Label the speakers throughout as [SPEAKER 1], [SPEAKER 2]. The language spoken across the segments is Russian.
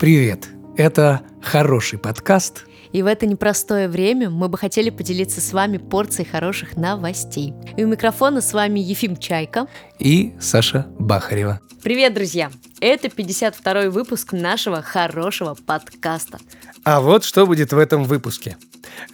[SPEAKER 1] Привет! Это «Хороший подкаст»
[SPEAKER 2] И в это непростое время мы бы хотели поделиться с вами порцией хороших новостей. И у микрофона с вами Ефим Чайка.
[SPEAKER 1] и Саша Бахарева.
[SPEAKER 2] Привет, друзья! Это 52-й выпуск нашего хорошего подкаста.
[SPEAKER 3] А вот что будет в этом выпуске.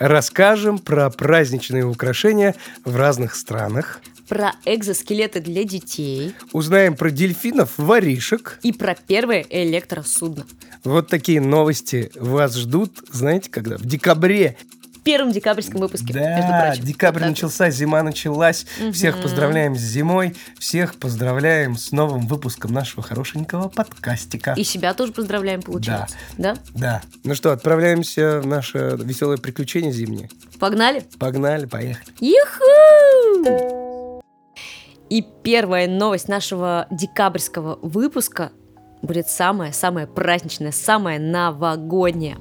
[SPEAKER 3] Расскажем про праздничные украшения в разных странах,
[SPEAKER 2] Про экзоскелеты для детей
[SPEAKER 3] узнаем про дельфинов, воришек.
[SPEAKER 2] и про первое электросудно.
[SPEAKER 3] Вот такие новости вас ждут, знаете, когда? В декабре.
[SPEAKER 2] В первом декабрьском выпуске, между
[SPEAKER 3] Да,
[SPEAKER 2] прочим.
[SPEAKER 3] декабрь
[SPEAKER 2] Вот так вот.
[SPEAKER 3] начался, зима началась.
[SPEAKER 2] Мгм.
[SPEAKER 3] Всех поздравляем с зимой, всех поздравляем с новым выпуском нашего хорошенького подкастика.
[SPEAKER 2] И себя тоже поздравляем, получается. Да.
[SPEAKER 3] Да. Ну что, отправляемся в наше веселое приключение зимнее.
[SPEAKER 2] Погнали?
[SPEAKER 3] Погнали, поехали.
[SPEAKER 2] Юху! И первая новость нашего декабрьского выпуска будет самая-самая праздничная, самая новогодняя.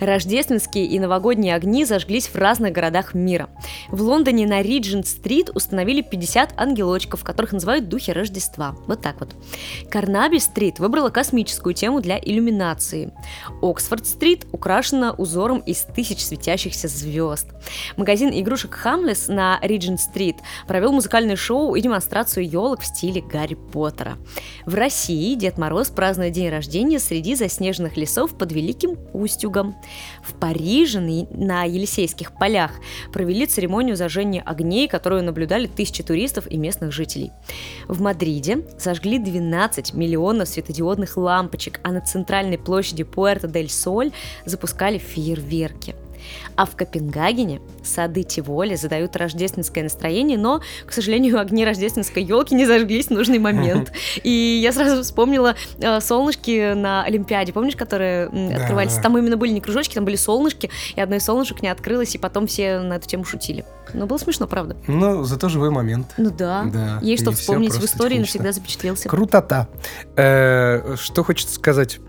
[SPEAKER 2] Рождественские и новогодние огни зажглись в разных городах мира. В Лондоне на Риджент-стрит установили 50 ангелочков, которых называют духи Рождества. Вот так вот. Карнаби-стрит выбрала космическую тему для иллюминации. Оксфорд-стрит украшена узором из тысяч светящихся звезд. Магазин игрушек Хамлес на Риджент-стрит провел музыкальное шоу и демонстрацию елок в стиле Гарри Поттера. В России Дед Мороз празднует день рождения среди заснеженных лесов под Великим Устюгом. В Париже на на Елисейских полях провели церемонию зажжения огней, которую наблюдали тысячи туристов и местных жителей. В Мадриде зажгли 12 миллионов светодиодных лампочек, а на центральной площади Пуэрто-дель-Соль запускали фейерверки. А в Копенгагене сады Тиволи задают рождественское настроение, но, к сожалению, огни рождественской елки не зажглись в нужный момент. И я сразу вспомнила э, солнышки на Олимпиаде, помнишь, которые м,
[SPEAKER 3] Да,
[SPEAKER 2] открывались?
[SPEAKER 3] да.
[SPEAKER 2] Там именно были не кружочки, там были солнышки, и одно из солнышек не открылось, и потом все на эту тему шутили. Но было смешно, правда.
[SPEAKER 3] Ну, зато живой момент.
[SPEAKER 2] Ну да.
[SPEAKER 3] Да,
[SPEAKER 2] Есть что
[SPEAKER 3] и всё
[SPEAKER 2] вспомнить в
[SPEAKER 3] просто
[SPEAKER 2] истории,
[SPEAKER 3] технично.
[SPEAKER 2] навсегда запечатлелся.
[SPEAKER 3] Крутота. Э, что хочется сказать?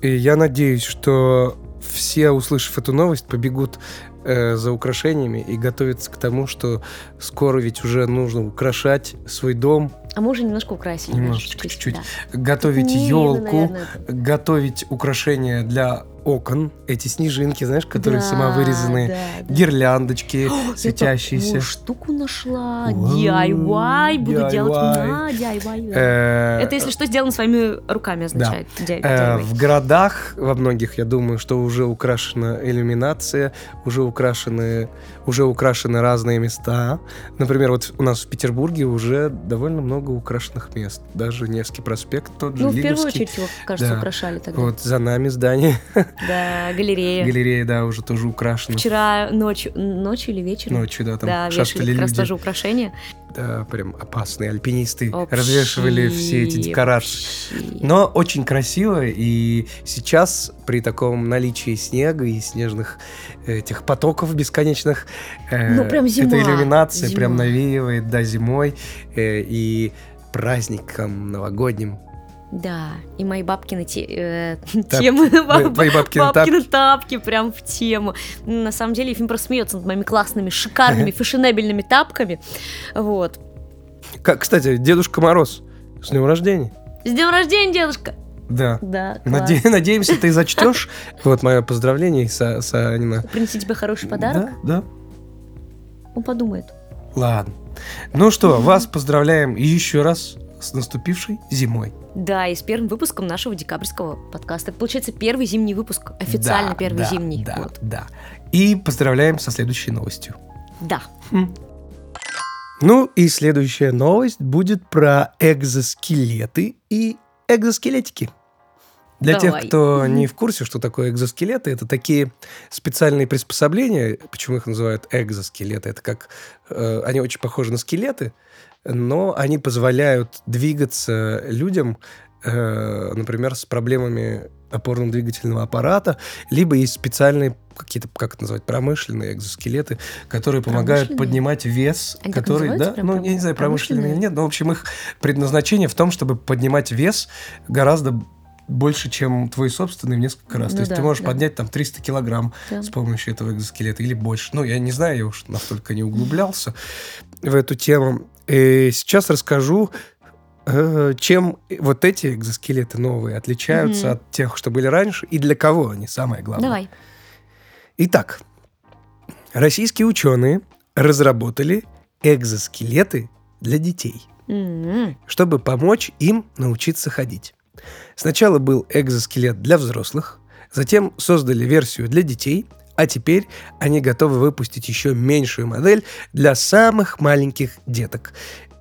[SPEAKER 3] И Я надеюсь, что все, услышав эту новость, побегут э, за украшениями и готовятся к тому, что скоро ведь уже нужно украшать свой дом,
[SPEAKER 2] А мы уже немножко украсили. да,
[SPEAKER 3] Немножечко, чуть-чуть.
[SPEAKER 2] да.
[SPEAKER 3] готовить
[SPEAKER 2] Не видно,
[SPEAKER 3] елку,
[SPEAKER 2] наверное, это.
[SPEAKER 3] готовить украшения для окон, эти снежинки, знаешь, которые
[SPEAKER 2] Да,
[SPEAKER 3] самовырезанные,
[SPEAKER 2] да, да.
[SPEAKER 3] гирляндочки
[SPEAKER 2] Я
[SPEAKER 3] светящиеся.
[SPEAKER 2] такую штуку нашла.
[SPEAKER 3] Вау,
[SPEAKER 2] DIY. Буду делать
[SPEAKER 3] DIY.
[SPEAKER 2] на DIY. да.
[SPEAKER 3] Э,
[SPEAKER 2] Это, если что, сделано своими руками, означает. DIY.
[SPEAKER 3] Э, В городах, во многих, я думаю, что уже украшена иллюминация, уже украшены, уже украшены разные места. Например, вот у нас в Петербурге уже довольно много украшенных мест. Даже Невский проспект, тот же
[SPEAKER 2] ну, в первую
[SPEAKER 3] Лиговский.
[SPEAKER 2] очередь его, кажется,
[SPEAKER 3] Да.
[SPEAKER 2] украшали тогда.
[SPEAKER 3] Вот за нами здание,
[SPEAKER 2] Да, галерея.
[SPEAKER 3] галерея, да, уже тоже украшена.
[SPEAKER 2] Вчера ночью, ночью или вечером?
[SPEAKER 3] Ночью, да, там
[SPEAKER 2] да,
[SPEAKER 3] шастали
[SPEAKER 2] вешали как раз
[SPEAKER 3] люди.
[SPEAKER 2] тоже украшения.
[SPEAKER 3] Да, прям опасные альпинисты
[SPEAKER 2] Вообще,
[SPEAKER 3] развешивали все эти декорации.
[SPEAKER 2] вообще.
[SPEAKER 3] Но очень красиво, и сейчас при таком наличии снега и снежных этих потоков бесконечных, э,
[SPEAKER 2] Ну, прям зима,
[SPEAKER 3] эта иллюминация
[SPEAKER 2] зима.
[SPEAKER 3] прям навеивает, да, зимой, э, и праздником новогодним.
[SPEAKER 2] Да, и мои бабкины те- э,
[SPEAKER 3] Тап-
[SPEAKER 2] темы,
[SPEAKER 3] Твои
[SPEAKER 2] баб-
[SPEAKER 3] твои бабкины тапки.
[SPEAKER 2] бабкины тапки прям в тему. Ну, На самом деле Ефим просто смеется над моими классными, шикарными, фешенебельными тапками. Вот.
[SPEAKER 3] Как, Кстати, Дедушка Мороз, с днем рождения.
[SPEAKER 2] С днем рождения, дедушка!
[SPEAKER 3] Да.
[SPEAKER 2] Да, класс.
[SPEAKER 3] Наде- надеемся, ты зачтешь. Вот мое поздравление, Са- Санина.
[SPEAKER 2] Принеси тебе хороший подарок,
[SPEAKER 3] Да, да.
[SPEAKER 2] он подумает.
[SPEAKER 3] Ладно. Ну что, вас поздравляем еще раз с наступившей зимой.
[SPEAKER 2] Да, и с первым выпуском нашего декабрьского подкаста. Это, Получается, первый зимний выпуск. Официально
[SPEAKER 3] Да,
[SPEAKER 2] первый
[SPEAKER 3] да,
[SPEAKER 2] зимний.
[SPEAKER 3] Да,
[SPEAKER 2] Вот.
[SPEAKER 3] да. И поздравляем со следующей новостью. Хм.
[SPEAKER 2] Да.
[SPEAKER 3] Ну и следующая новость будет про экзоскелеты и экзоскелетики. Для
[SPEAKER 2] Давай.
[SPEAKER 3] тех, кто не в курсе, что такое экзоскелеты, это такие специальные приспособления, почему их называют экзоскелеты. Это как э, они очень похожи на скелеты, но они позволяют двигаться людям, э, например, с проблемами опорно-двигательного аппарата, либо есть специальные какие-то, как это назвать, промышленные экзоскелеты, которые помогают
[SPEAKER 2] Промышленные?
[SPEAKER 3] поднимать вес,
[SPEAKER 2] Они так
[SPEAKER 3] который,
[SPEAKER 2] называются
[SPEAKER 3] да,
[SPEAKER 2] прям
[SPEAKER 3] ну
[SPEAKER 2] прям
[SPEAKER 3] я не знаю, промышленные или
[SPEAKER 2] промышленные?
[SPEAKER 3] нет, но в общем их предназначение в том, чтобы поднимать вес гораздо больше, чем твой собственный в несколько раз.
[SPEAKER 2] Ну
[SPEAKER 3] То есть
[SPEAKER 2] да,
[SPEAKER 3] ты можешь
[SPEAKER 2] да.
[SPEAKER 3] поднять там 300 килограмм
[SPEAKER 2] Да.
[SPEAKER 3] с помощью этого экзоскелета или больше. Ну, я не знаю, я уж настолько не углублялся в эту тему. И сейчас расскажу э, чем вот эти экзоскелеты новые отличаются
[SPEAKER 2] Мгм.
[SPEAKER 3] от тех, что были раньше, и для кого они самое главное?
[SPEAKER 2] Давай.
[SPEAKER 3] Итак, российские ученые разработали экзоскелеты для детей,
[SPEAKER 2] М,
[SPEAKER 3] чтобы помочь им научиться ходить. Сначала был экзоскелет для взрослых, затем создали версию для детей, а теперь они готовы выпустить еще меньшую модель для самых маленьких деток.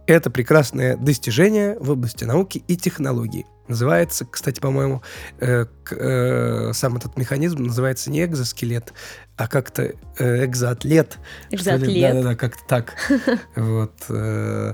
[SPEAKER 3] Это прекрасное достижение в области науки и технологий. Называется, кстати, по-моему, э, к- э, сам этот механизм называется не экзоскелет, а как-то э, экзоатлет. что ли?
[SPEAKER 2] Экзоатлет.
[SPEAKER 3] Да-да-да, как-то так. Вот. э,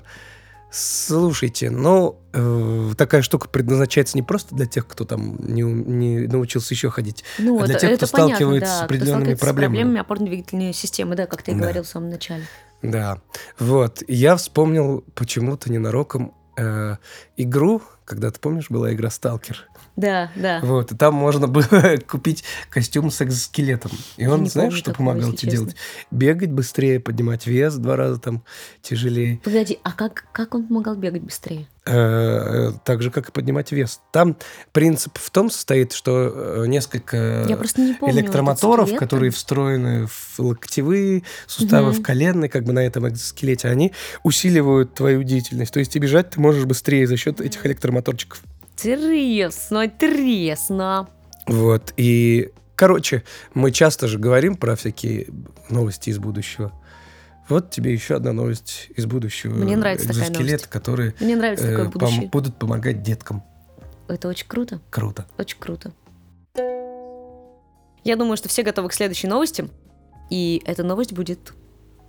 [SPEAKER 3] Слушайте, ну, э, такая штука предназначается не просто для тех, кто там не, ум- не научился еще ходить.
[SPEAKER 2] Ну,
[SPEAKER 3] А для
[SPEAKER 2] это,
[SPEAKER 3] тех, кто
[SPEAKER 2] это понятно,
[SPEAKER 3] сталкивается
[SPEAKER 2] да,
[SPEAKER 3] с
[SPEAKER 2] кто
[SPEAKER 3] определенными
[SPEAKER 2] сталкивается с
[SPEAKER 3] проблемами.
[SPEAKER 2] проблемами опорно-двигательной системы, да, как ты и
[SPEAKER 3] Да.
[SPEAKER 2] говорил в самом начале.
[SPEAKER 3] Да. Вот. И Я вспомнил почему-то ненароком э, игру, когда ты помнишь, была игра Сталкер.
[SPEAKER 2] Да, да.
[SPEAKER 3] Вот, и там можно было купить костюм с экзоскелетом. И
[SPEAKER 2] Я
[SPEAKER 3] он,
[SPEAKER 2] не
[SPEAKER 3] знаешь,
[SPEAKER 2] помню
[SPEAKER 3] что
[SPEAKER 2] такого,
[SPEAKER 3] помогал
[SPEAKER 2] если
[SPEAKER 3] тебе
[SPEAKER 2] честно.
[SPEAKER 3] делать? Бегать быстрее, поднимать вес в два раза там тяжелее.
[SPEAKER 2] Погоди, а как, как он помогал бегать быстрее?
[SPEAKER 3] Э, э, так же, как и поднимать вес. Там принцип в том состоит, что э, несколько
[SPEAKER 2] Я просто не помню.
[SPEAKER 3] электромоторов,
[SPEAKER 2] экзоскелета.
[SPEAKER 3] которые встроены в локтевые суставы,
[SPEAKER 2] Мгм.
[SPEAKER 3] в коленные, как бы на этом экзоскелете, они усиливают твою деятельность. То есть и бежать ты можешь быстрее за счет этих электромоторчиков.
[SPEAKER 2] Интересно, интересно.
[SPEAKER 3] Вот. И, короче, мы часто же говорим про всякие новости из будущего. Вот тебе еще одна новость из будущего.
[SPEAKER 2] Мне нравится такая
[SPEAKER 3] Экзоскелеты,
[SPEAKER 2] новость.
[SPEAKER 3] которые
[SPEAKER 2] Мне нравится
[SPEAKER 3] э,
[SPEAKER 2] такое
[SPEAKER 3] пом-
[SPEAKER 2] будущее.
[SPEAKER 3] будут помогать деткам.
[SPEAKER 2] Это очень круто,
[SPEAKER 3] Круто.
[SPEAKER 2] очень круто. Я думаю, что все готовы к следующей новости. И эта новость будет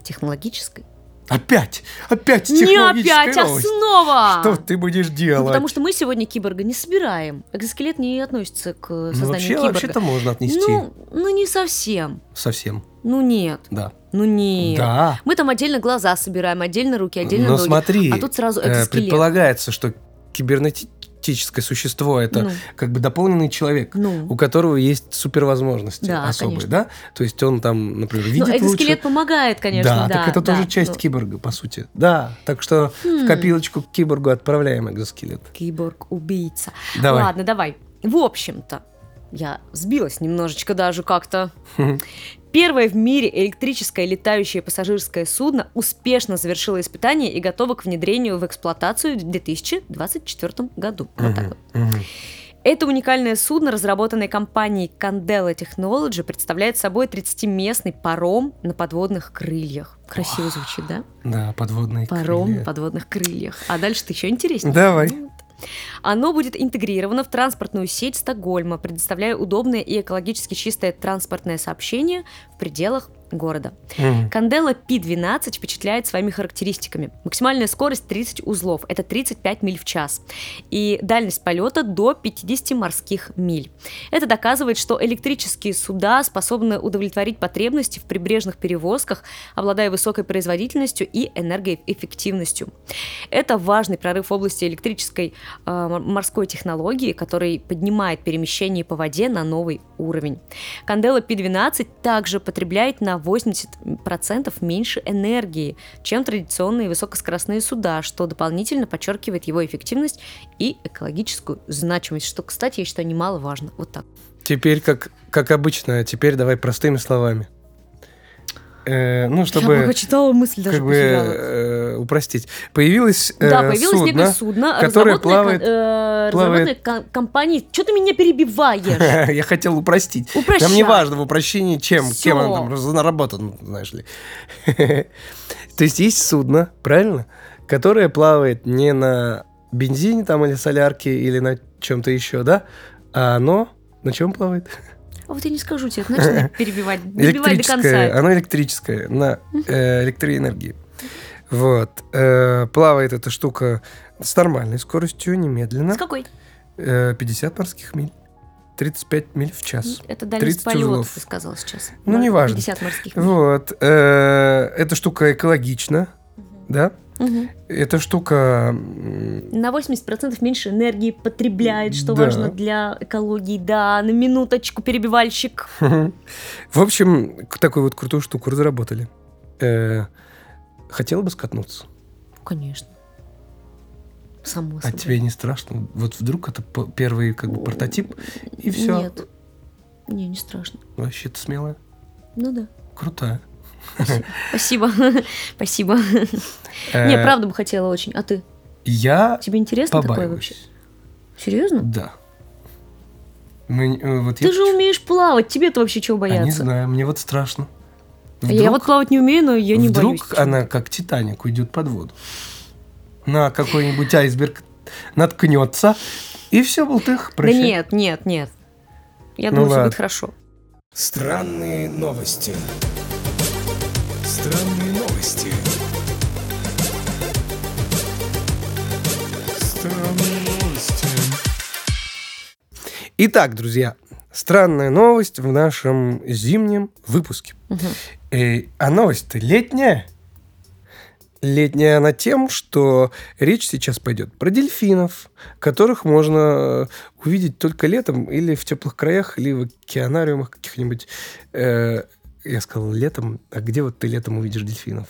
[SPEAKER 2] технологической.
[SPEAKER 3] Опять! Опять
[SPEAKER 2] Не
[SPEAKER 3] технологическая
[SPEAKER 2] опять, а
[SPEAKER 3] новость!
[SPEAKER 2] снова!
[SPEAKER 3] Что ты будешь
[SPEAKER 2] Ну,
[SPEAKER 3] делать?
[SPEAKER 2] потому что мы сегодня киборга не собираем. Экзоскелет не относится к
[SPEAKER 3] Ну,
[SPEAKER 2] созданию
[SPEAKER 3] вообще,
[SPEAKER 2] киборга.
[SPEAKER 3] вообще-то можно отнести
[SPEAKER 2] ну, ну, не совсем.
[SPEAKER 3] совсем.
[SPEAKER 2] Ну, нет.
[SPEAKER 3] Да.
[SPEAKER 2] Ну, нет.
[SPEAKER 3] Да. Ну,
[SPEAKER 2] Мы там отдельно глаза собираем, отдельно руки, отдельно
[SPEAKER 3] Но
[SPEAKER 2] ноги.
[SPEAKER 3] смотри,
[SPEAKER 2] А тут сразу
[SPEAKER 3] э,
[SPEAKER 2] экзоскелет.
[SPEAKER 3] предполагается, что кибернетическое существо это
[SPEAKER 2] Ну,
[SPEAKER 3] как бы дополненный человек.
[SPEAKER 2] ну.
[SPEAKER 3] у которого есть супервозможности
[SPEAKER 2] Да,
[SPEAKER 3] особые,
[SPEAKER 2] конечно.
[SPEAKER 3] да? То есть он там, например,
[SPEAKER 2] Ну,
[SPEAKER 3] видит
[SPEAKER 2] экзоскелет
[SPEAKER 3] лучше.
[SPEAKER 2] помогает, конечно, да.
[SPEAKER 3] да, так это
[SPEAKER 2] да,
[SPEAKER 3] тоже часть
[SPEAKER 2] ну.
[SPEAKER 3] киборга, по сути. Да, так что
[SPEAKER 2] Хм.
[SPEAKER 3] в копилочку к киборгу отправляем экзоскелет.
[SPEAKER 2] Киборг-убийца.
[SPEAKER 3] Давай.
[SPEAKER 2] Ладно, давай. В общем-то, я сбилась немножечко даже как-то.
[SPEAKER 3] Хм.
[SPEAKER 2] Первое в мире электрическое летающее пассажирское судно успешно завершило испытание и готово к внедрению в эксплуатацию в 2024 году. Вот так вот.
[SPEAKER 3] Мгм.
[SPEAKER 2] Это уникальное судно, разработанное компанией Candela Technology, представляет собой 30-местный паром на подводных крыльях. Красиво звучит, да?
[SPEAKER 3] Да, подводные
[SPEAKER 2] Паром
[SPEAKER 3] крылья.
[SPEAKER 2] на подводных крыльях. А дальше-то еще интереснее. Ну
[SPEAKER 3] Давай.
[SPEAKER 2] Вот. Оно будет интегрировано в транспортную сеть Стокгольма, предоставляя удобное и экологически чистое транспортное сообщение в пределах города.
[SPEAKER 3] Мгм.
[SPEAKER 2] Кандела P12 впечатляет своими характеристиками. Максимальная скорость 30 узлов, это 35 миль в час. И дальность полета до 50 морских миль. Это доказывает, что электрические суда способны удовлетворить потребности в прибрежных перевозках, обладая высокой производительностью и энергоэффективностью. Это важный прорыв в области электрической э, мор- морской технологии, который поднимает перемещение по воде на новый уровень. Кандела P12 также потребляет на 80% меньше энергии, чем традиционные высокоскоростные суда, что дополнительно подчеркивает его эффективность и экологическую значимость, что, кстати, я считаю немаловажно. Вот так.
[SPEAKER 3] Теперь, как, как обычно, теперь давай простыми словами. Э, ну,
[SPEAKER 2] я
[SPEAKER 3] чтобы
[SPEAKER 2] пока читала мысль даже
[SPEAKER 3] как бы
[SPEAKER 2] потеряла.
[SPEAKER 3] э, упростить. Появилось, э,
[SPEAKER 2] Да, появилось
[SPEAKER 3] судно,
[SPEAKER 2] некое судно,
[SPEAKER 3] которое
[SPEAKER 2] разработанное,
[SPEAKER 3] плавает-
[SPEAKER 2] кон- э,
[SPEAKER 3] плавает-
[SPEAKER 2] разработанное кон- компанией. Что ты меня перебиваешь?
[SPEAKER 3] Я хотел упростить.
[SPEAKER 2] Упрощай.
[SPEAKER 3] Там не важно в упрощении, чем,
[SPEAKER 2] Всё.
[SPEAKER 3] кем оно там раз- наработано, знаешь ли. То есть есть судно, правильно, которое плавает не на бензине там или солярке или на чем-то еще, да, а оно на чем плавает?
[SPEAKER 2] А вот я не скажу тебе, значит, меня перебивать. Добивай до
[SPEAKER 3] Электрическое.
[SPEAKER 2] конца.
[SPEAKER 3] Оно электрическое, на э, электроэнергии. Вот. Э, Плавает эта штука с нормальной скоростью, немедленно.
[SPEAKER 2] С какой?
[SPEAKER 3] Э, 50 морских миль. 35 миль в час.
[SPEAKER 2] Это дальность
[SPEAKER 3] 30
[SPEAKER 2] полета,
[SPEAKER 3] узлов.
[SPEAKER 2] ты сказал сейчас.
[SPEAKER 3] Ну,
[SPEAKER 2] Мор-
[SPEAKER 3] неважно.
[SPEAKER 2] 50 морских миль.
[SPEAKER 3] Вот. э, Эта штука экологична, да?
[SPEAKER 2] Мгм.
[SPEAKER 3] Эта штука... м,
[SPEAKER 2] На 80% меньше энергии потребляет, что
[SPEAKER 3] Да.
[SPEAKER 2] важно для экологии. Да, на минуточку, перебивальщик.
[SPEAKER 3] В общем, к- такую вот крутую штуку разработали. Э, Хотела бы скатнуться.
[SPEAKER 2] Конечно. Само
[SPEAKER 3] А
[SPEAKER 2] собой.
[SPEAKER 3] тебе не страшно? Вот вдруг это п- первый как бы прототип, и все.
[SPEAKER 2] Нет. Не, не страшно.
[SPEAKER 3] Вообще ты смелая.
[SPEAKER 2] Ну да.
[SPEAKER 3] Крутая.
[SPEAKER 2] Спасибо. Спасибо. Не,
[SPEAKER 3] Э,
[SPEAKER 2] правда бы хотела очень. А ты?
[SPEAKER 3] Я
[SPEAKER 2] Тебе интересно такое вообще?
[SPEAKER 3] побаиваюсь.
[SPEAKER 2] Серьезно?
[SPEAKER 3] Да. Мы, э, вот я
[SPEAKER 2] Ты же
[SPEAKER 3] почему-
[SPEAKER 2] умеешь плавать. Тебе-то вообще чего
[SPEAKER 3] А не
[SPEAKER 2] бояться?
[SPEAKER 3] знаю, мне вот страшно.
[SPEAKER 2] Я вот плавать не умею, но я не
[SPEAKER 3] вдруг
[SPEAKER 2] боюсь. почему-то.
[SPEAKER 3] она как Титаник уйдет под воду. На какой-нибудь айсберг наткнется, и все, болтых,
[SPEAKER 2] Да
[SPEAKER 3] прощай.
[SPEAKER 2] нет, нет, нет. Я
[SPEAKER 3] Ну
[SPEAKER 2] думаю, все
[SPEAKER 3] ладно.
[SPEAKER 2] будет хорошо.
[SPEAKER 1] Странные новости. Странные новости. Странные новости.
[SPEAKER 3] Итак, друзья, странная новость в нашем зимнем выпуске.
[SPEAKER 2] Мгм.
[SPEAKER 3] Э, а новость-то летняя. Летняя она тем, что речь сейчас пойдет про дельфинов, которых можно э, увидеть только летом или в теплых краях, или в океанариумах каких-нибудь. Э, я сказал летом, а где вот ты летом увидишь дельфинов?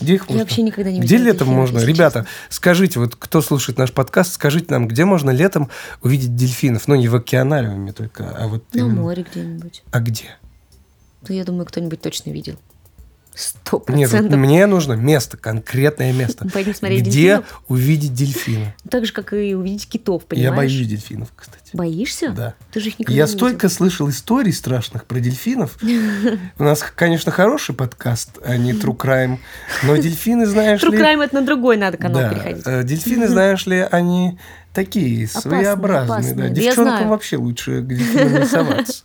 [SPEAKER 3] Где их
[SPEAKER 2] Я
[SPEAKER 3] можно?
[SPEAKER 2] вообще никогда не
[SPEAKER 3] Где
[SPEAKER 2] видела
[SPEAKER 3] летом
[SPEAKER 2] дельфинов,
[SPEAKER 3] можно?
[SPEAKER 2] если
[SPEAKER 3] Ребята, скажите, вот кто слушает наш подкаст, скажите нам, где можно летом увидеть дельфинов? Ну, не в океанариуме только, а вот...
[SPEAKER 2] честно. На
[SPEAKER 3] именно-
[SPEAKER 2] море где-нибудь.
[SPEAKER 3] А где?
[SPEAKER 2] Да я думаю, кто-нибудь точно видел. Сто
[SPEAKER 3] Нет, вот
[SPEAKER 2] процентов.
[SPEAKER 3] мне нужно место, конкретное место.
[SPEAKER 2] Пойдем смотреть
[SPEAKER 3] Где
[SPEAKER 2] дельфинов.
[SPEAKER 3] увидеть дельфина?
[SPEAKER 2] Так же, как и увидеть китов, понимаешь?
[SPEAKER 3] Я боюсь дельфинов, кстати.
[SPEAKER 2] Боишься?
[SPEAKER 3] Да.
[SPEAKER 2] Ты же их никогда
[SPEAKER 3] Я
[SPEAKER 2] не
[SPEAKER 3] столько слышал историй страшных про дельфинов. У нас, конечно, хороший подкаст, а не True Crime, но дельфины, знаешь
[SPEAKER 2] True
[SPEAKER 3] ли...
[SPEAKER 2] crime это на другой надо канал
[SPEAKER 3] Да,
[SPEAKER 2] переходить.
[SPEAKER 3] э, дельфины, знаешь ли, они такие своеобразные.
[SPEAKER 2] опасные.
[SPEAKER 3] да.
[SPEAKER 2] Да я
[SPEAKER 3] Девчонкам
[SPEAKER 2] знаю.
[SPEAKER 3] вообще лучше к дельфинам рисоваться.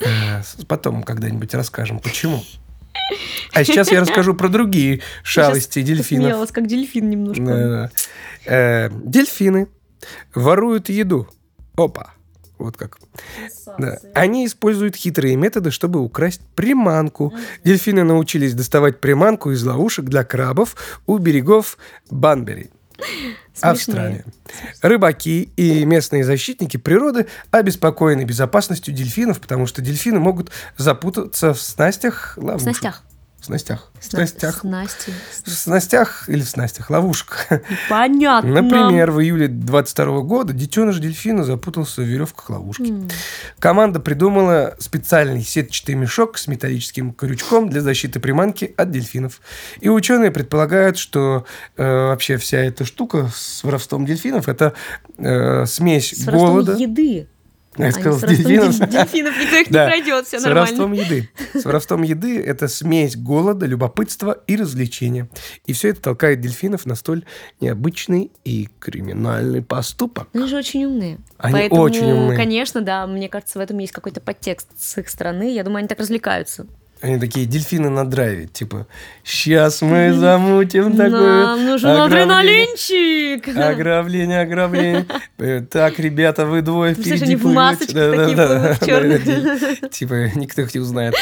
[SPEAKER 3] Э, с- Потом когда-нибудь расскажем, почему. А сейчас я расскажу про другие
[SPEAKER 2] Я щас
[SPEAKER 3] шалости дельфинов.
[SPEAKER 2] посмеялась, как дельфин немножко.
[SPEAKER 3] Да. Э, Дельфины воруют еду. Опа. Вот как. Да. Они используют хитрые методы, чтобы украсть приманку. Дельфины научились доставать приманку из ловушек для крабов у берегов Банбери.
[SPEAKER 2] Смешные.
[SPEAKER 3] Австралия. Рыбаки и местные защитники природы обеспокоены безопасностью дельфинов, потому что дельфины могут запутаться в снастях
[SPEAKER 2] В
[SPEAKER 3] ловушек.
[SPEAKER 2] снастях.
[SPEAKER 3] В снастях. В
[SPEAKER 2] Сна-
[SPEAKER 3] снастях.
[SPEAKER 2] Снасти.
[SPEAKER 3] В снастях или в снастях ловушек.
[SPEAKER 2] Понятно.
[SPEAKER 3] Например, в июле 22 года детеныш дельфина запутался в веревках ловушки.
[SPEAKER 2] М.
[SPEAKER 3] Команда придумала специальный сетчатый мешок с металлическим крючком для защиты приманки от дельфинов. И ученые предполагают, что э, вообще вся эта штука с воровством дельфинов это э, смесь
[SPEAKER 2] С ростом
[SPEAKER 3] голода.
[SPEAKER 2] еды.
[SPEAKER 3] Я
[SPEAKER 2] а не
[SPEAKER 3] сказал,
[SPEAKER 2] с ростом
[SPEAKER 3] дельфинов.
[SPEAKER 2] дель- дельфинов никто их не
[SPEAKER 3] Да.
[SPEAKER 2] пройдет, все
[SPEAKER 3] С
[SPEAKER 2] нормально.
[SPEAKER 3] воровством еды. С воровством еды это смесь голода, любопытства и развлечения. И все это толкает дельфинов на столь необычный и криминальный поступок.
[SPEAKER 2] Они же очень умные.
[SPEAKER 3] Они
[SPEAKER 2] Поэтому,
[SPEAKER 3] очень умные.
[SPEAKER 2] конечно, да, мне кажется, в этом есть какой-то подтекст с их стороны. Я думаю, они так развлекаются.
[SPEAKER 3] Они такие дельфины на драйве, типа, сейчас мы замутим такое.
[SPEAKER 2] Нам нужен
[SPEAKER 3] ограбление,
[SPEAKER 2] адреналинчик!
[SPEAKER 3] Ограбление, ограбление. Э, Так, ребята, вы двое
[SPEAKER 2] Представляешь,
[SPEAKER 3] впереди
[SPEAKER 2] они в
[SPEAKER 3] плывете.
[SPEAKER 2] масочках
[SPEAKER 3] Да-да-да.
[SPEAKER 2] такие плывут, в чёрных.
[SPEAKER 3] Да-да-да. Типа, никто их не узнает.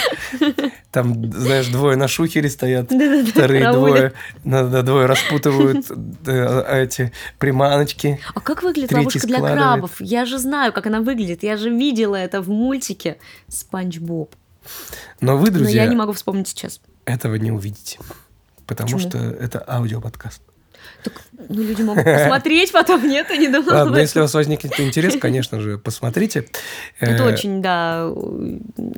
[SPEAKER 3] Там, знаешь, двое на шухере стоят,
[SPEAKER 2] Да-да-да,
[SPEAKER 3] вторые двое,
[SPEAKER 2] караулят.
[SPEAKER 3] надо двое распутывают э, эти приманочки.
[SPEAKER 2] А как выглядит
[SPEAKER 3] Третий
[SPEAKER 2] ловушка для
[SPEAKER 3] складывает.
[SPEAKER 2] крабов? Я же знаю, как она выглядит. Я же видела это в мультике «Спанч Боб».
[SPEAKER 3] Но вы,
[SPEAKER 2] Но я
[SPEAKER 3] друзья,
[SPEAKER 2] не могу вспомнить сейчас.
[SPEAKER 3] этого не увидите. Потому
[SPEAKER 2] Почему?
[SPEAKER 3] что это аудиоподкаст.
[SPEAKER 2] Так, ну, люди могут посмотреть потом, нет, я не думала. об
[SPEAKER 3] Ладно,
[SPEAKER 2] этом.
[SPEAKER 3] если у вас возникнет интерес, конечно же, посмотрите.
[SPEAKER 2] Это
[SPEAKER 3] Э,
[SPEAKER 2] очень, да,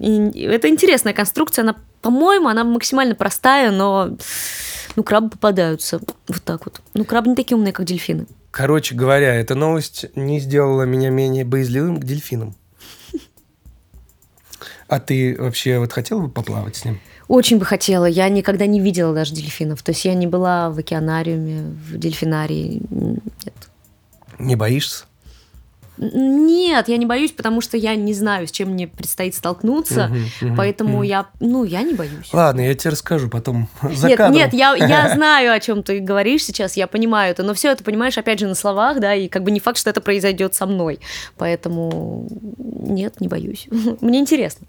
[SPEAKER 2] и- это интересная конструкция. Она, по-моему, она максимально простая, но ну, крабы попадаются. Вот так вот. Ну, крабы не такие умные, как дельфины.
[SPEAKER 3] Короче говоря, эта новость не сделала меня менее боязливым к дельфинам. А ты вообще вот хотел бы поплавать с ним?
[SPEAKER 2] Очень бы хотела. Я никогда не видела даже дельфинов. То есть я не была в океанариуме, в дельфинарии. Нет.
[SPEAKER 3] Не боишься?
[SPEAKER 2] Н- Нет, я не боюсь, потому что я не знаю, с чем мне предстоит столкнуться.
[SPEAKER 3] Мгм, мгм,
[SPEAKER 2] Поэтому
[SPEAKER 3] мгм.
[SPEAKER 2] я, ну, я не боюсь.
[SPEAKER 3] Ладно, я тебе расскажу потом за
[SPEAKER 2] Нет,
[SPEAKER 3] кадром.
[SPEAKER 2] нет, я, я знаю, о чем ты говоришь сейчас, я понимаю это, но все это понимаешь, опять же, на словах, да, и как бы не факт, что это произойдет со мной. Поэтому нет, не боюсь. Мне интересно.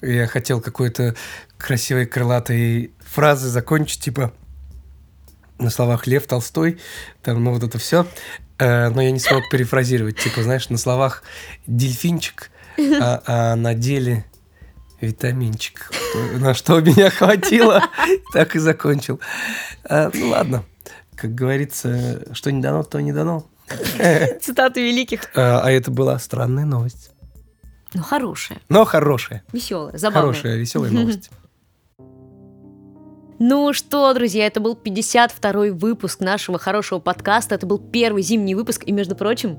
[SPEAKER 3] Я хотел какой-то красивой крылатой фразы закончить, типа на словах Лев Толстой, там, ну вот это все. но я не смог перефразировать. Типа, знаешь, на словах дельфинчик, а, а на деле витаминчик. На что меня хватило, так и закончил. А, Э, ну ладно.
[SPEAKER 4] Как говорится, что не дано, то не дано.
[SPEAKER 2] Цитаты великих.
[SPEAKER 3] А, а это была странная новость.
[SPEAKER 2] Ну, хорошая,
[SPEAKER 3] Но хорошая.
[SPEAKER 2] веселая, забавная.
[SPEAKER 3] Хорошая, веселая новость.
[SPEAKER 2] Ну что, друзья, это был 52-й выпуск нашего хорошего подкаста. Это был первый зимний выпуск. И, между прочим,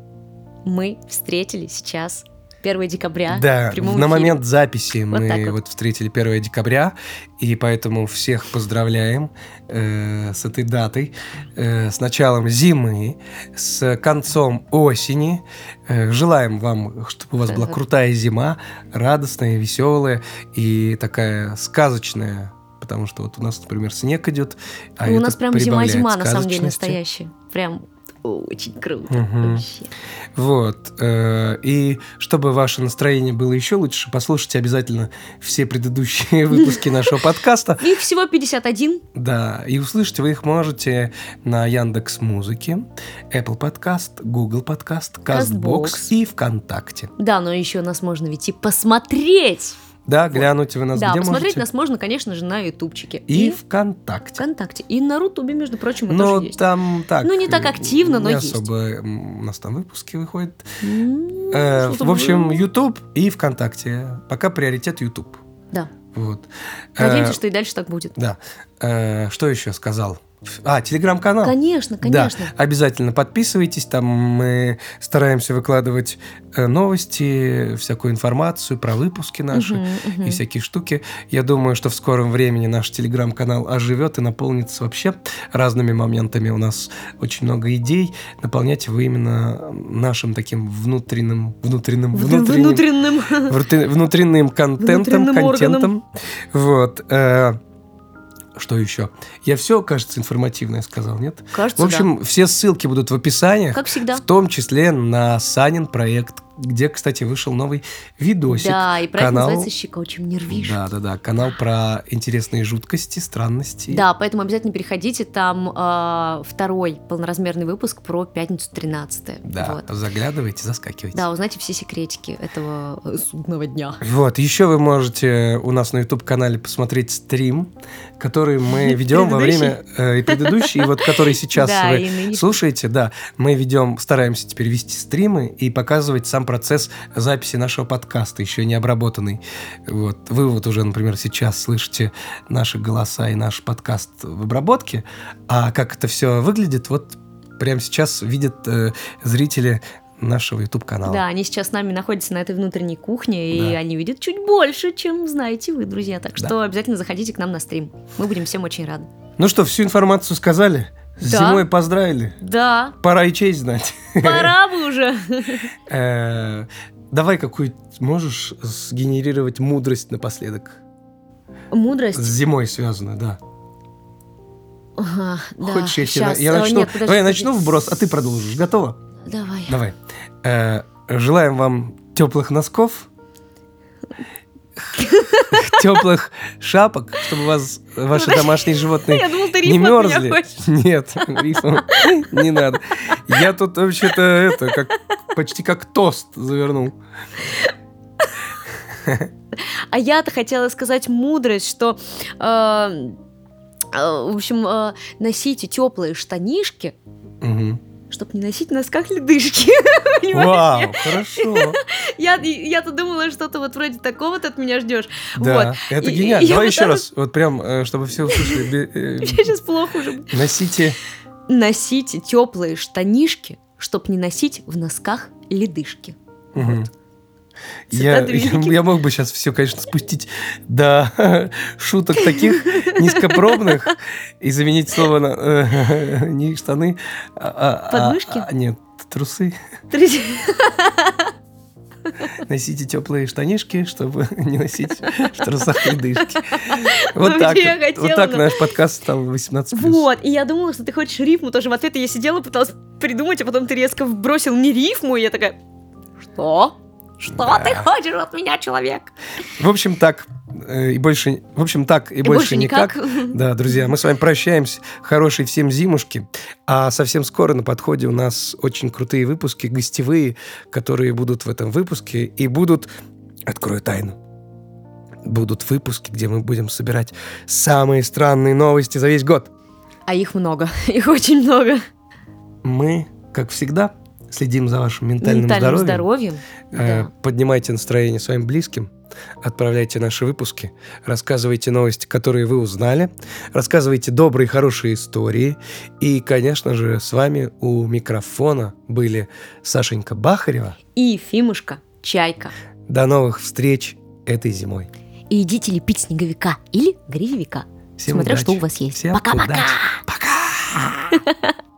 [SPEAKER 2] мы встретили сейчас 1 декабря.
[SPEAKER 3] Да,
[SPEAKER 2] в прямом
[SPEAKER 3] на
[SPEAKER 2] эфире.
[SPEAKER 3] момент записи
[SPEAKER 2] Вот так
[SPEAKER 3] мы
[SPEAKER 2] вот.
[SPEAKER 3] вот. встретили 1 декабря, и поэтому всех поздравляем э, с этой датой, э, с началом зимы, с концом осени. Э, желаем вам, чтобы у вас была
[SPEAKER 2] Да.
[SPEAKER 3] крутая зима, радостная, веселая и такая сказочная. Потому что вот у нас, например, снег идет, а
[SPEAKER 2] Ну, у
[SPEAKER 3] это
[SPEAKER 2] нас прям зима-зима,
[SPEAKER 3] прибавляет
[SPEAKER 2] на самом деле,
[SPEAKER 3] сказочности.
[SPEAKER 2] настоящая. Прям очень круто.
[SPEAKER 3] Мгм.
[SPEAKER 2] Вообще.
[SPEAKER 3] Вот. э, И чтобы ваше настроение было еще лучше, послушайте обязательно все предыдущие выпуски нашего подкаста.
[SPEAKER 2] Их всего 51.
[SPEAKER 3] Да, и услышите вы их можете на Яндекс Музыке, Apple Подкаст, Google Подкаст,
[SPEAKER 2] Castbox.
[SPEAKER 3] Castbox и ВКонтакте.
[SPEAKER 2] Да, но еще нас можно ведь и посмотреть.
[SPEAKER 3] Да, глянуть вы нас
[SPEAKER 2] да,
[SPEAKER 3] где
[SPEAKER 2] посмотреть
[SPEAKER 3] можете.
[SPEAKER 2] нас можно, конечно же, на ютубчике.
[SPEAKER 3] И ВКонтакте.
[SPEAKER 2] ВКонтакте. И на Рутубе, между прочим, мы
[SPEAKER 3] Но
[SPEAKER 2] тоже есть.
[SPEAKER 3] там так.
[SPEAKER 2] Ну, не так
[SPEAKER 3] э,
[SPEAKER 2] активно, но
[SPEAKER 3] не
[SPEAKER 2] есть.
[SPEAKER 3] особо м, у нас там выпуски выходят.
[SPEAKER 2] М,
[SPEAKER 3] Э,
[SPEAKER 2] что-то
[SPEAKER 3] В общем,
[SPEAKER 2] Ну, было.
[SPEAKER 3] YouTube и ВКонтакте. Пока приоритет YouTube.
[SPEAKER 2] Да.
[SPEAKER 3] Вот.
[SPEAKER 2] Надеемся,
[SPEAKER 3] Э,
[SPEAKER 2] что и дальше так будет.
[SPEAKER 3] Да. Э, что еще сказал? А, телеграм-канал.
[SPEAKER 2] Конечно, конечно.
[SPEAKER 3] Да, обязательно подписывайтесь, там мы стараемся выкладывать э, новости, всякую информацию про выпуски наши
[SPEAKER 2] Мгм, мгм.
[SPEAKER 3] и всякие штуки. Я думаю, что в скором времени наш телеграм-канал оживет и наполнится вообще разными моментами. У нас очень много идей. Наполняйте вы именно нашим таким внутренним, внутренним,
[SPEAKER 2] Внутрен-
[SPEAKER 3] внутренним,
[SPEAKER 2] Внутренним.
[SPEAKER 3] Врути- внутренним контентом,
[SPEAKER 2] Внутренним
[SPEAKER 3] контентом. Вот. э, Что еще? Я все, кажется, информативное сказал, нет? В
[SPEAKER 2] Кажется,
[SPEAKER 3] общем, все ссылки будут в описании,
[SPEAKER 2] да. Как всегда.
[SPEAKER 3] в том числе на Санин проект, где, кстати, вышел новый видосик.
[SPEAKER 2] Да, и проект
[SPEAKER 3] канал.
[SPEAKER 2] называется «Щека очень нервишь».
[SPEAKER 3] Да, да, да. Канал про интересные жуткости, странности.
[SPEAKER 2] Да, поэтому обязательно переходите, там э, второй полноразмерный выпуск про пятницу 13
[SPEAKER 3] Да,
[SPEAKER 2] Вот.
[SPEAKER 3] заглядывайте, заскакивайте.
[SPEAKER 2] Да, узнайте все секретики этого э, судного дня.
[SPEAKER 3] Вот, еще вы можете у нас на YouTube-канале посмотреть стрим, который мы ведем во время э, и предыдущий, и вот который сейчас
[SPEAKER 2] Да,
[SPEAKER 3] вы
[SPEAKER 2] и нынешний.
[SPEAKER 3] слушаете, да, мы ведем, стараемся теперь вести стримы и показывать сам процесс записи нашего подкаста, еще не обработанный. Вот, вы вот уже, например, сейчас слышите наши голоса и наш подкаст в обработке, а как это все выглядит, вот прямо сейчас видят э, зрители нашего YouTube-канала.
[SPEAKER 2] Да, они сейчас с нами находятся на этой внутренней кухне, и
[SPEAKER 3] А. Да.
[SPEAKER 2] они видят чуть больше, чем знаете вы, друзья. Так
[SPEAKER 3] Да.
[SPEAKER 2] что обязательно заходите к нам на стрим. Мы будем всем очень рады.
[SPEAKER 3] Ну что, всю информацию сказали? С
[SPEAKER 2] Да.
[SPEAKER 3] зимой поздравили?
[SPEAKER 2] Да,
[SPEAKER 3] Пора и честь знать.
[SPEAKER 2] пора бы уже.
[SPEAKER 3] Э, Давай какую можешь сгенерировать мудрость напоследок? С
[SPEAKER 2] Мудрость.
[SPEAKER 3] зимой связано, да.
[SPEAKER 2] Ага, да.
[SPEAKER 3] Хочешь, я, тебе на-
[SPEAKER 2] Щас.
[SPEAKER 3] я
[SPEAKER 2] Э,
[SPEAKER 3] начну?
[SPEAKER 2] нет, подожди,
[SPEAKER 3] Давай я
[SPEAKER 2] подожди.
[SPEAKER 3] начну вброс, а ты продолжишь. Готово?
[SPEAKER 2] Давай.
[SPEAKER 3] Давай. Э, Желаем вам теплых носков, теплых шапок, чтобы вас ваши домашние животные
[SPEAKER 2] Я думал, ты
[SPEAKER 3] Не
[SPEAKER 2] рифм от меня
[SPEAKER 3] мерзли?
[SPEAKER 2] хочешь.
[SPEAKER 3] Нет, рифма не надо. Я тут вообще-то это, как, почти как тост завернул.
[SPEAKER 2] А я-то хотела сказать мудрость, что, э, э, в общем, э, носите теплые штанишки,
[SPEAKER 3] Мгм.
[SPEAKER 2] чтобы не носить в носках ледышки. Понимаешь?
[SPEAKER 3] Вау, хорошо.
[SPEAKER 2] Я- Я-то думала, что ты вот вроде такого ты от меня ждешь.
[SPEAKER 3] Да,
[SPEAKER 2] Вот.
[SPEAKER 3] это
[SPEAKER 2] И-
[SPEAKER 3] гениально.
[SPEAKER 2] и я
[SPEAKER 3] Давай еще
[SPEAKER 2] пыталась-
[SPEAKER 3] раз, вот прям, э, чтобы все услышали. Бе-
[SPEAKER 2] Я сейчас плохо уже.
[SPEAKER 3] э, Носите
[SPEAKER 2] Носите теплые штанишки, чтобы не носить в носках ледышки.
[SPEAKER 3] Мгм. Я,
[SPEAKER 2] Цитаты
[SPEAKER 3] я,
[SPEAKER 2] великих.
[SPEAKER 3] я мог бы сейчас все, конечно, спустить до шуток таких низкопробных и заменить слово на э, не штаны, а- а- а-
[SPEAKER 2] Подмышки?
[SPEAKER 3] а- нет, трусы.
[SPEAKER 2] Друзья,
[SPEAKER 3] Носите теплые штанишки, чтобы не носить в трусах ледышки. Вот
[SPEAKER 2] Ну,
[SPEAKER 3] так.
[SPEAKER 2] я
[SPEAKER 3] вот.
[SPEAKER 2] хотела,
[SPEAKER 3] Вот так
[SPEAKER 2] но-
[SPEAKER 3] наш подкаст стал 18
[SPEAKER 2] Вот, и я думала, что ты хочешь рифму тоже в ответ, и я сидела, пыталась придумать, а потом ты резко вбросил не рифму, и я такая, что? Что
[SPEAKER 3] Да.
[SPEAKER 2] ты хочешь от меня, человек?
[SPEAKER 3] В общем, так. э, И больше, в общем, так, и,
[SPEAKER 2] И
[SPEAKER 3] больше никак. Да, друзья, мы с вами прощаемся. Хорошей всем зимушки. А совсем скоро на подходе у нас очень крутые выпуски, гостевые, которые будут в этом выпуске и будут... Открою тайну. Будут выпуски, где мы будем собирать самые странные новости за весь год.
[SPEAKER 2] А их много. Их очень много.
[SPEAKER 4] Мы, как всегда, следим за вашим ментальным,
[SPEAKER 2] Ментальным
[SPEAKER 4] здоровьем.
[SPEAKER 2] здоровьем.
[SPEAKER 3] Э,
[SPEAKER 2] Да.
[SPEAKER 3] Поднимайте настроение своим близким, отправляйте наши выпуски, рассказывайте новости, которые вы узнали, рассказывайте добрые, хорошие истории. И, конечно же, с вами у микрофона были Сашенька Бахарева.
[SPEAKER 2] И Фимушка, чайка.
[SPEAKER 3] До новых встреч этой зимой.
[SPEAKER 2] И идите лепить снеговика или гривика.
[SPEAKER 4] Всем
[SPEAKER 2] смотря, что у
[SPEAKER 4] удачи.
[SPEAKER 2] вас есть.
[SPEAKER 4] Всем
[SPEAKER 2] Пока-пока.
[SPEAKER 4] удачи.